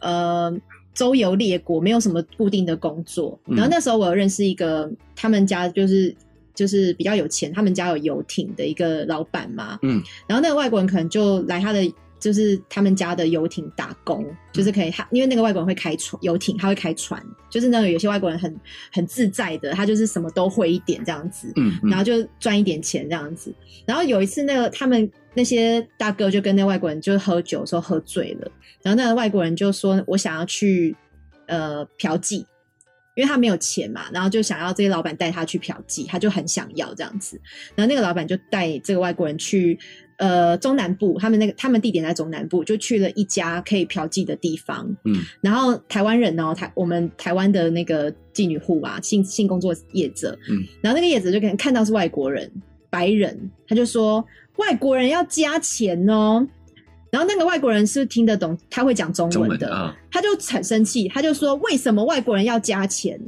A: 呃周游列国，没有什么固定的工作。
B: 嗯
A: 然后那时候我有认识一个他们家就是就是比较有钱，他们家有游艇的一个老板嘛，
B: 嗯，
A: 然后那个外国人可能就来他的就是他们家的游艇打工，
B: 嗯
A: 就是可以他因为那个外国人会开船游艇，他会开船，就是那个有些外国人很很自在的，他就是什么都会一点这样子，
B: 嗯
A: 然
B: 嗯
A: 后就赚一点钱这样子。然后有一次那个他们那些大哥就跟那外国人就喝酒的时候喝醉了，然后那个外国人就说我想要去呃嫖妓。因为他没有钱嘛，然后就想要这些老板带他去嫖妓，他就很想要这样子。然后那个老板就带这个外国人去呃中南部，他们那个他们地点在中南部，就去了一家可以嫖妓的地方。
B: 嗯，
A: 然后台湾人哦，台我们台湾的那个妓女户啊，性性工作业者，
B: 嗯，
A: 然后那个业者就可能看到是外国人，白人，他就说外国人要加钱哦。然后那个外国人是听得懂，他会讲中
B: 中
A: 文
B: 文
A: 的，
B: 的啊，
A: 他就很生气，他就说为什么外国人要加钱？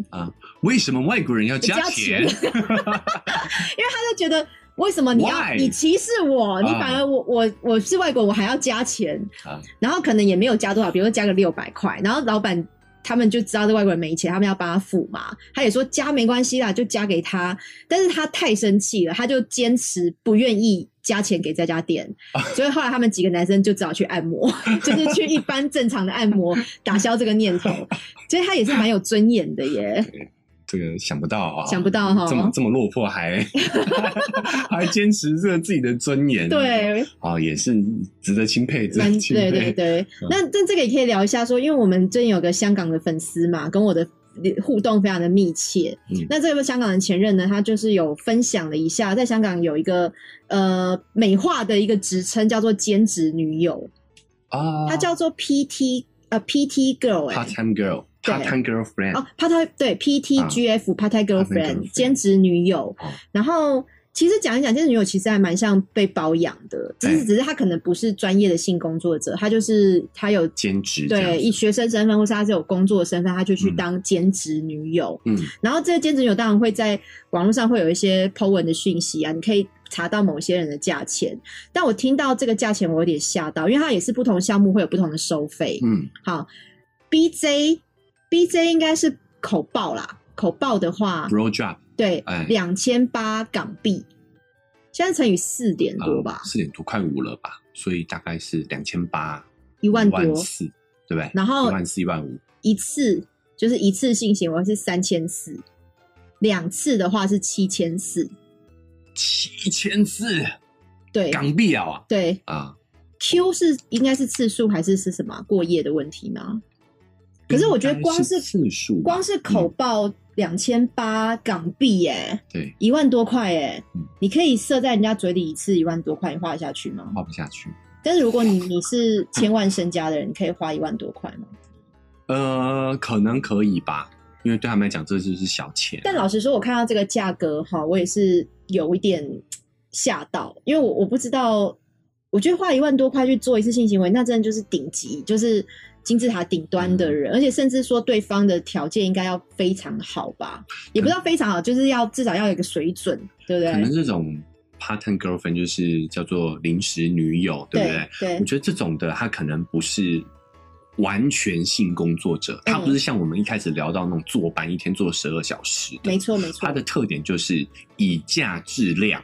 B: 为什么外国人要加钱？
A: 因为他就觉得为什么你要
B: Why？
A: 你歧视我，你
B: 啊
A: 反而我、我我是外国，我还要加钱，
B: 啊
A: 然后可能也没有加多少，比如说加个六百块，然后老板。他们就知道这外国人没钱，他们要帮他付嘛。他也说加没关系啦，就加给他。但是他太生气了，他就坚持不愿意加钱给这家店，所以后来他们几个男生就只好去按摩， 就是去一般正常的按摩，打消这个念头。其实他也是蛮有尊严的耶。
B: 这个想不到啊，
A: 想不到哈
B: 这么这么落 魄还 还坚持着自己的尊严，
A: 对，
B: 啊，也是值得钦 佩，值
A: 蛮
B: 得钦
A: 对
B: 佩。
A: 对对，
B: 嗯
A: 那但这个也可以聊一下说，因为我们最近有个香港的粉丝嘛，跟我的互动非常的密切。
B: 嗯
A: 那这位香港的前任呢，他就是有分享了一下，在香港有一个呃美化的一个职称叫做兼职女友，
B: 啊，
A: 她叫做 PT 呃 PT girl 哎、
B: part time girl。
A: 对
B: Part-time girlfriend，
A: 哦，part time 对 PTGF、part time girlfriend
B: 啊 girlfriend
A: 兼职女友，
B: 哦
A: 然后其实讲一讲兼职女友其实还蛮像被包养的，只是
B: 对
A: 只是她可能不是专业的性工作者，她就是她有
B: 兼职这样
A: 对
B: 子
A: 以学生身份或是她是有工作的身份，她就去
B: 嗯
A: 当兼职女友。
B: 嗯，
A: 然后这个兼职女友当然会在网络上会有一些 po 文的讯息啊，你可以查到某些人的价钱。但我听到这个价钱，我有点吓到，因为它也是不同项目会有不同的收费。
B: 嗯
A: 好，BJ BJ 应该是口报啦，口报的话，
B: ，bro job
A: 对
B: 哎，
A: 两千八港币，现在乘以四点多吧，
B: 呃四点多快五了吧，所以大概是两千八，
A: 一、万多，
B: 四，对不对？
A: 然后
B: 一万四一万五，
A: 一次就是一次性行为是三千四，两次的话是七千四，
B: 七千四
A: 对
B: 港币啊
A: 对
B: 啊！
A: ，Q 是应该是次数还是是什么啊过夜的问题吗？可是我觉得光
B: 应该是次数吧，
A: 光是口
B: 嗯
A: 报两千八港币耶，
B: 对
A: 一万多块耶，
B: 嗯
A: 你可以射在人家嘴里一次一万多块，你花得下去吗？
B: 花不下去。
A: 但是如果你你是千万身家的人，你可以花一万多块吗？
B: 呃，可能可以吧，因为对他们来讲这就是小钱。
A: 但老实说，我看到这个价格哈，我也是有一点吓到，因为我我不知道，我觉得花一万多块去做一次性行为，那真的就是顶级，就是金字塔顶端
B: 嗯
A: 的人，而且甚至说对方的条件应该要非常好吧，也不知道非常好，就是要至少要有一个水准，对不
B: 可能
A: 对？
B: 这种 part-time girlfriend 就是叫做临时女友，对不对？
A: 对
B: 我觉得这种的，他可能不是完全性工作者，他
A: 嗯
B: 不是像我们一开始聊到那种坐班一天做十二小时的
A: 没，错没错
B: 他，的特点就是以价质量，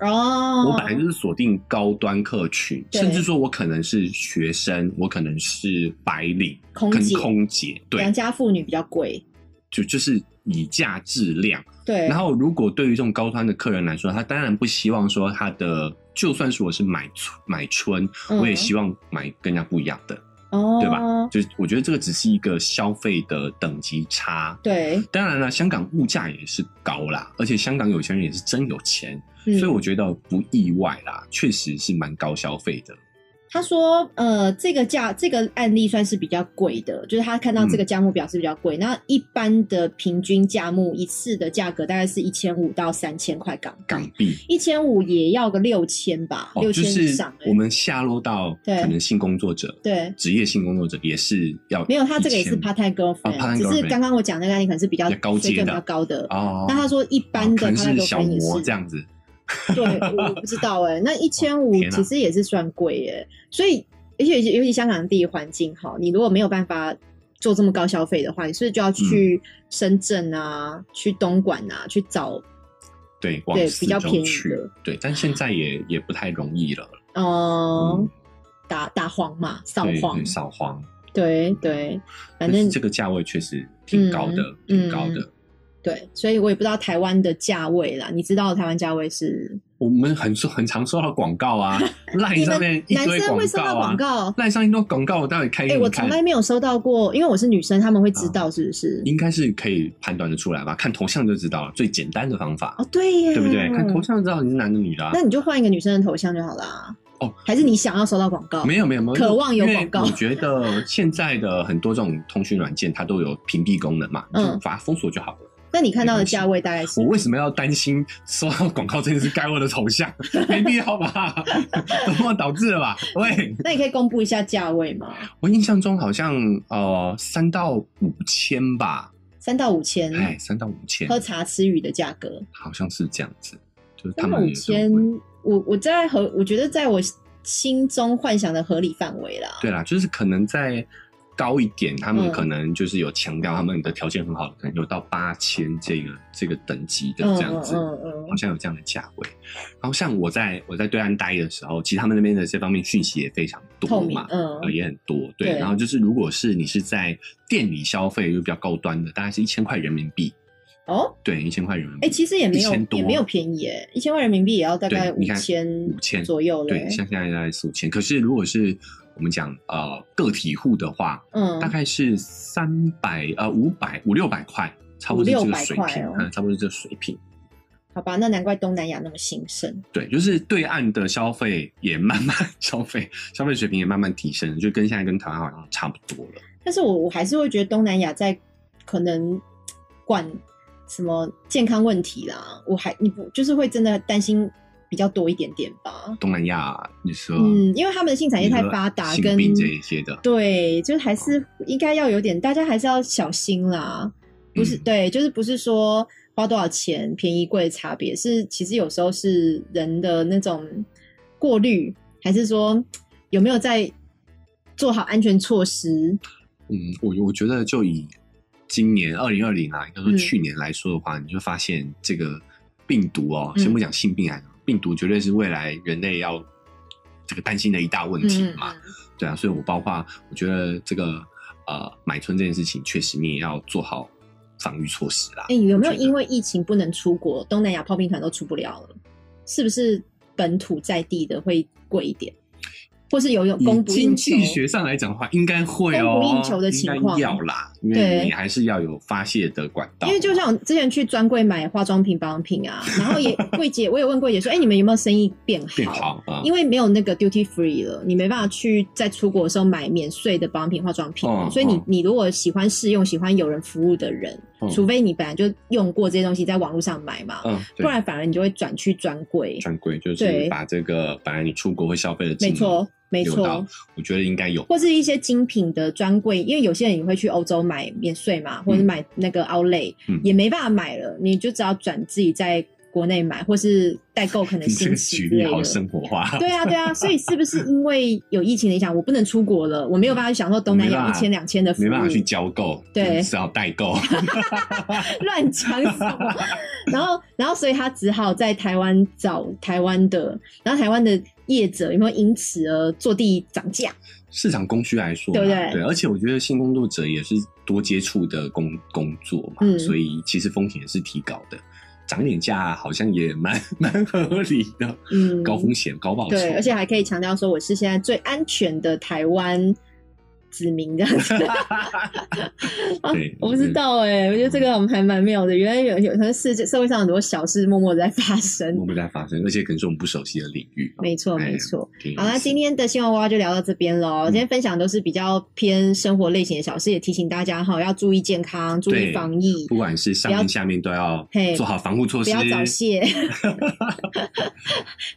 A: 哦，
B: 我本来就是锁定高端客群，
A: 对
B: 甚至说我可能是学生，我可能是白领
A: 空
B: 跟
A: 姐、
B: 空姐，对
A: 良，家妇女比较贵，
B: 就就是以价质量。
A: 对，
B: 然后，如果对于这种高端的客人来说，他当然不希望说他的，就算是我是买春买春，我也希望买跟人家不一样的，
A: 望
B: 对吧
A: 嗯哦、
B: 就是我觉得这个只是一个消费的等级差。
A: 对，
B: 当然了，香港物价也是高啦，而且香港有钱人也是真有钱，
A: 嗯
B: 所以我觉得不意外啦，确实是蛮高消费的。
A: 他说，呃，这个价这个案例算是比较贵的，就是他看到这个
B: 嗯
A: 价目表是比较贵。那一般的平均价目一次的价格大概是一千五到三千块港
B: 港
A: 币，
B: 币
A: 一千五也要个六千吧，
B: 哦，
A: 六
B: 就
A: 千以
B: 是
A: 上、欸。
B: 我们下落到
A: 对
B: 可能性工作者、
A: 对。
B: 职业性工作者也是要
A: 没有，他这个也
B: 1000
A: 是 part time
B: 哦
A: girlfriend，啊
B: ，part-time
A: 只是
B: girlfriend
A: 刚刚我讲那个案例可能是比较
B: 比较高阶
A: 水
B: 的
A: 准比较高的。
B: 哦，
A: 那他说一般
B: 可
A: 的 part
B: 能
A: time
B: 是小
A: girlfriend 也
B: 模
A: 是
B: 这样子，
A: 对，我不知道哎、那一千五
B: 天啊
A: 其实也是算贵耶、所以而且尤其香港的地理环境好，你如果没有办法做这么高消费的话，你是不是就要去
B: 嗯
A: 深圳啊、去东莞啊去找？
B: 对，往
A: 对
B: 四
A: 比较
B: 周
A: 便宜
B: 去
A: 的，
B: 对，但现在也也不太容易了，
A: 呃
B: 嗯
A: 打打黄嘛，扫
B: 对
A: 黄
B: 对，，扫黄，
A: 对对，反
B: 但是
A: 正
B: 这个价位确实挺高的，
A: 嗯
B: 挺高的。
A: 对，所以我也不知道台湾的价位啦。你知道台湾价位是？
B: 我们很收很常收到广告 啊，赖
A: 你
B: 上
A: 们
B: 面一
A: 男
B: 堆
A: 生会收
B: 告
A: 到广
B: 啊，
A: 告？
B: 赖上一堆广告，我到底看
A: 哎、
B: 给你
A: 我
B: 看
A: 从来没有收到过，因为我是女生，他们会知
B: 啊
A: 道是不是？
B: 应该是可以判断的出来吧？看头像就知道了，最简单的方法，
A: 哦，对耶，
B: 对不对？看头像就知道你是男的女的、啊。
A: 那你就换一个女生的头像就好啦。
B: 哦，
A: 还是你想要收到广告？
B: 没有没有没有，
A: 渴望有
B: 因为
A: 广告
B: 我觉得现在的很多这种通讯软件，它都有屏蔽功能嘛，你就
A: 嗯
B: 把它封锁就好了。
A: 那你看到的价位大概是
B: 我？为什么要担心收到广告这件事该我的头 像？没必要吧？ 本末倒置了吧？喂，
A: 那你可以公布一下价位吗？
B: 我印象中好像呃三到五千吧，
A: 三到五千，
B: 哎，三到五千，
A: 喝茶吃鱼的价格，
B: 好像是这样子，就是他
A: 三到
B: 们
A: 五
B: 有时候
A: 千
B: 会，
A: 我我在合，我觉得在我心中幻想的合理范围啦。
B: 对啦，就是可能再高一点，他们
A: 嗯
B: 可能就是有强调他们的条件很好的，可能有到八千这个这个等级的
A: 嗯
B: 这样子，
A: 嗯嗯
B: 好像有这样的价位。然后像我在我在对岸待的时候，其实他们那边的这方面讯息也非常
A: 嗯，透
B: 多
A: 明
B: 嘛，，
A: 嗯
B: 呃，也很多。对，
A: 对
B: 然后就是如果是你是在店里消费，就比较高端的，大概是一千块人民币，
A: 哦，
B: 对，一千块人民币。
A: 哎，其实也没有
B: 1000多
A: 也没有便宜耶，一千万人民币也要大概
B: 对你看
A: 千
B: 5000
A: 左右嘞
B: 对，。像现在大概四五千，可是如果是我们讲呃个体户的话，
A: 嗯
B: 大，概是三百呃五百五六百块，差不多是这个水
A: 500-600块
B: 平，
A: 哦
B: 嗯，差不多是这个水平。
A: 好吧，那难怪东南亚那么兴盛。
B: 对，就是对岸的消费也慢 慢消费，消费水平也慢慢提升，就跟现在跟台湾好像差不多了。
A: 但是我我还是会觉得东南亚在可能管什么健康问题啦，我还你不就是会真的担心比较多一点点吧？
B: 东南亚，你说，
A: 嗯，因为他们的性产业太发达，
B: 性
A: 跟
B: 病这一些的，
A: 对，就是还是应该要有点，大家还是要小心啦。不是、
B: 嗯
A: 对，就是不是说花多少钱便宜贵的差别，是其实有时候是人的那种过滤，还是说有没有在做好安全措施？
B: 嗯，我我觉得就以今年二零二零啊，应该说
A: 嗯
B: 去年来说的话，你就发现这个病毒哦，
A: 嗯
B: 先不讲性病啊，病毒绝对是未来人类要这个担心的一大问题
A: 嗯
B: 嘛。对啊，所以我包括我觉得这个呃买春这件事情，确实你也要做好防御措施啦。
A: 哎、有没有
B: 我觉得
A: 因为疫情不能出国，东南亚炮兵团都出不了了？是不是本土在地的会贵一点，或是有有
B: 以
A: 供不应
B: 经
A: 求？
B: 济学上来讲的话，应该会哦，
A: 供不应求的情况
B: 应该要啦，因
A: 对
B: 为你还是要有发泄的管道。
A: 因为就像我之前去专柜买化妆品、保养品 啊，然后也柜姐，我也问柜姐说：“哎、你们有没有生意变好？”
B: 变好啊，
A: 因为没有那个 duty free 了，你没办法去在出国的时候买免税的保养品、化妆品，啊
B: 嗯
A: 所以你
B: 嗯
A: 你如果喜欢试用、喜欢有人服务的人，
B: 嗯
A: 除非你本来就用过这些东西，在网络上买嘛，
B: 嗯，对
A: 不然反而你就会转去专柜。
B: 专柜就
A: 对
B: 是把这个本来你出国会消费的金额
A: 没错，没
B: 有
A: 错
B: 到，我觉得应该有
A: 或是一些精品的专柜，因为有些人也会去欧洲买免税嘛，或者买那个 Outlet，、
B: 嗯
A: 也没办法买了，你就只要转自己在国内买，或是代购可能
B: 你这
A: 兴
B: 个
A: 起
B: 举
A: 之
B: 例
A: 类
B: 好
A: 的。
B: 生活化，
A: 对啊，对啊，所以是不是因为有疫情的影响，我不能出国了，我没有办法享受东南
B: 没
A: 亚
B: 办
A: 一
B: 法
A: 千两千的服务，
B: 没办法去交购，
A: 对
B: 只好代购。
A: 乱讲什么？然后，然后，所以他只好在台湾找台湾的，然后台湾的业者有没有因此而坐地涨价？
B: 市场供需来说嘛，
A: 对不对
B: 而且我觉得性工作者也是多接触的工工作嘛，
A: 嗯
B: 所以其实风险也是提高的，涨一点价好像也蛮 蛮合理的，
A: 嗯，
B: 高风险高报酬，
A: 对，而且还可以强调说我是现在最安全的台湾子民这样 子。啊
B: 对
A: 我不知道哎、我觉得这个我们还蛮妙的。原来有有，可能世界社会上很多小事默默的在发生
B: 默。默在发生，而且可能是我们不熟悉的领域嘛。
A: 没错，
B: 哎
A: 没错。
B: 挺有
A: 好啦，
B: 意思
A: 今天的新闻娃娃就聊到这边喽。今
B: 嗯
A: 天分享都是比较偏生活类型的小事，也提醒大家哈，要注意健康，注意
B: 对
A: 防疫，
B: 不管是上
A: 不要
B: 面下面都要
A: 嘿
B: 做好防护措
A: 不
B: 施，
A: 要早 泄。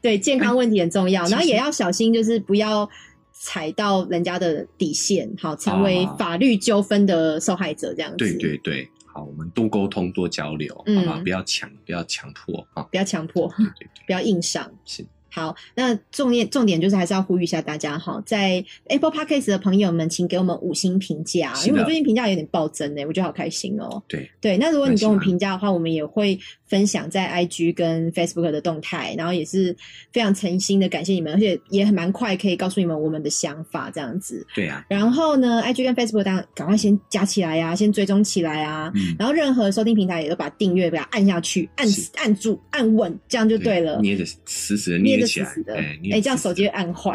A: 对，健康问题很重要，
B: 哎
A: 然后
B: 其实
A: 也要小心，就是不要踩到人家的底线，好成为
B: 啊
A: 法律纠纷的受害者这样子。
B: 对对对，好，我们多沟通多交流，
A: 嗯
B: 好不好？不要强不要强迫 啊，
A: 不要强迫，
B: 对对对，
A: 不要硬上。
B: 是。
A: 好，那重点重点就是还是要呼吁一下大家哈，在 Apple Podcast 的朋友们，请给我们五星评价，
B: 是的
A: 因为我最近评价有点暴增呢、我觉得好开心哦、
B: 对
A: 对，那如果你
B: 蛮
A: 给
B: 喜
A: 我们
B: 欢
A: 评价的话，我们也会分享在 IG 跟 Facebook 的动态，然后也是非常诚心的感谢你们，而且也很蛮快可以告诉你们我们的想法这样子。
B: 对啊，
A: 然后呢，IG 跟 Facebook 当然赶快先加起来呀、先追踪起来啊。
B: 嗯，
A: 然后任何收听平台也都把订阅给它按下去，按
B: 是
A: 按住，按稳，这样就对了。
B: 捏着死死的
A: 捏
B: 着
A: 着
B: 起
A: 死
B: 来
A: 死，的，哎
B: 哎、，捏着
A: 这样
B: 死死
A: 手机会
B: 的
A: 按 坏，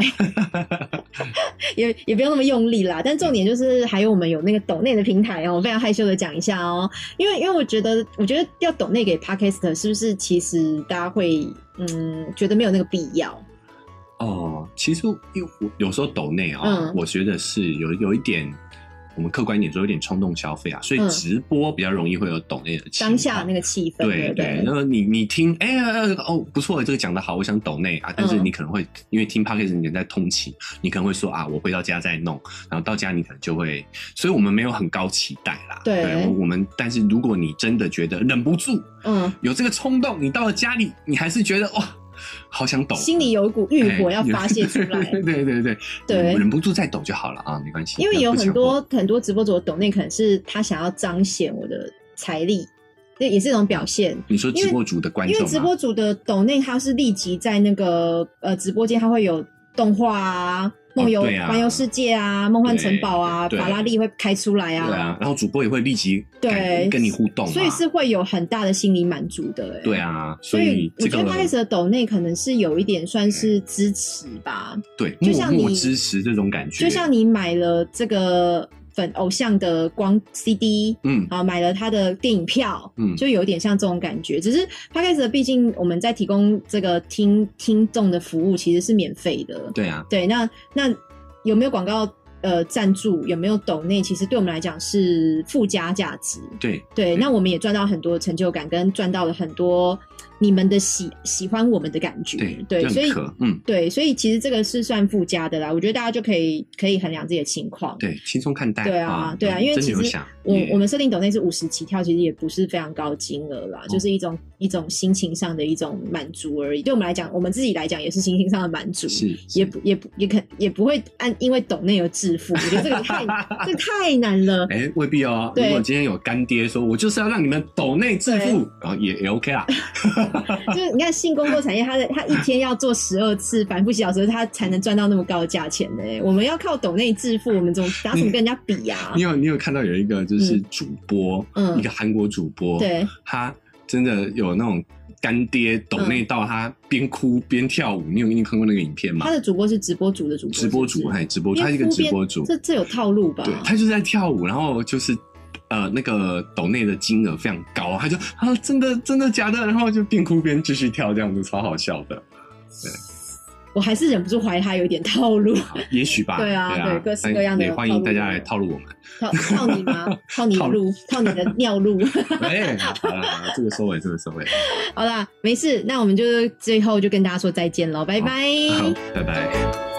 A: 也也不用那么用力啦。但重点
B: 嗯
A: 就是还有我们有那个抖内的平台哦，我非常害羞的讲一下哦，因为因为我觉得我觉得要抖内给 Podcast 是不是其实大家会嗯觉得没有那个必要，
B: 哦，其实因为我有时候抖内啊、
A: 嗯
B: 我觉得是有有一点，我们客观一点说，有点冲动消费啊，所
A: 嗯
B: 以直播比较容易会有抖内的情
A: 当下
B: 况
A: 那个气氛，
B: 对
A: 不
B: 对，然后你你听，哎、呃哦不错，这个讲的好，我想抖内啊，但是
A: 嗯
B: 你可能会、因为听 podcast 你可能在通勤，你可能会说啊，我回到家再弄，然后到家你可能就会，所以我们没有很高期待啦。
A: 对
B: 我我们但是如果你真的觉得忍不住
A: 嗯，
B: 有这个冲动，你到了家里，你还是觉得哇，好想抖，
A: 心里有一股欲火
B: 哎
A: 要发泄出来，
B: 对对对对
A: 对
B: 忍不住再抖就好了啊，没关系，
A: 因为有
B: 不
A: 很
B: 强迫
A: 多很多直播主的抖内可能是他想要彰显我的财力，这也是一种表现。
B: 你说
A: 因
B: 直
A: 为
B: 播主的观
A: 因
B: 众
A: 为
B: 啊吗
A: 直播组的抖内，它是立即在那个呃直播间，它会有动画啊、梦游、
B: 哦对啊
A: 环游世界啊、梦幻城堡啊、
B: 对对
A: 法拉利会开出来
B: 对
A: 啊，
B: 啊，然后主播也会立即
A: 对
B: 感跟你互动嘛，
A: 所以是会有很大的心理满足的、欸。
B: 对。啊，
A: 所
B: 所
A: 以
B: 以
A: 我
B: 这
A: 觉得
B: 个
A: p 开始的抖内可能是有一点算是支持吧，
B: 对
A: 就
B: 默
A: 像你
B: 默支持这种感觉，
A: 就像你买了这个粉偶像的光 CD，
B: 嗯
A: 好，买了他的电影票，
B: 嗯
A: 就有点像这种感觉。只是 podcast 毕竟我们在提供这个听听众的服务其实是免费的，
B: 对啊，
A: 对。那那有没有广告呃赞助，有没有抖内，其实对我们来讲是附加价值。
B: 对
A: 对，
B: 对
A: 那我们也赚到很多成就感，跟赚到了很多你们的喜喜欢我们的感觉，
B: 对
A: 对，所
B: 认
A: 以
B: 可，嗯，
A: 对，所以其实这个是算附加的啦。我觉得大家就可以可以衡量自己的情况，
B: 对，轻松看待，嗯
A: 对啊，对啊，因为
B: 真的
A: 其
B: 有
A: 实
B: 想
A: 我
B: 也
A: 我们设定抖内是五十起跳，其实也不是非常高金额
B: 哦
A: 啦，就是一种一种心情上的一种满足而已。对我们来讲，我们自己来讲也是心情上的满足，
B: 是
A: 也
B: 是
A: 不也不也可也不会按因为抖内而致富。我觉得这个 太这个太难了。
B: 哎，未必哦。如
A: 对
B: 果今天有干爹说，我就是要让你们抖内致富，然后也也 OK 啦。
A: 就是你看性工作产业，它的它一天要做十二次反复洗脚的时候，它才能赚到那么高的价钱呢、我们要靠抖内致富，我们怎么拿什么跟人家比呀、
B: 你有你有看到有一个就是主播，
A: 嗯
B: 一个韩国主播，
A: 对，
B: 他真的有那种干爹抖
A: 嗯
B: 内到他边哭边跳舞，你有你有看过那个影片吗
A: 他？的主播是直播主的主播，
B: 直播
A: 是
B: 主
A: 不是
B: 还直播，他是一个
A: 边哭
B: 直
A: 边
B: 播主，
A: 这这有套路吧？
B: 对他就是在跳舞，然后就是呃那个抖内的金额非常高，他就啊真的真的假的，然后就边哭边继续跳，这样子超好笑 的，
A: 我还是忍不住怀疑他有一点套路，
B: 好也许吧，哎
A: 对啊对各式各样的
B: 也欢迎大家来
A: 套
B: 套路我们。
A: 套套你 吗？套你的路，套你的尿路。
B: 哎，好了好了，这个收尾，这个收尾，
A: 好啦，没事，那我们就最后就跟大家说再见喽，拜拜。
B: 好，拜拜。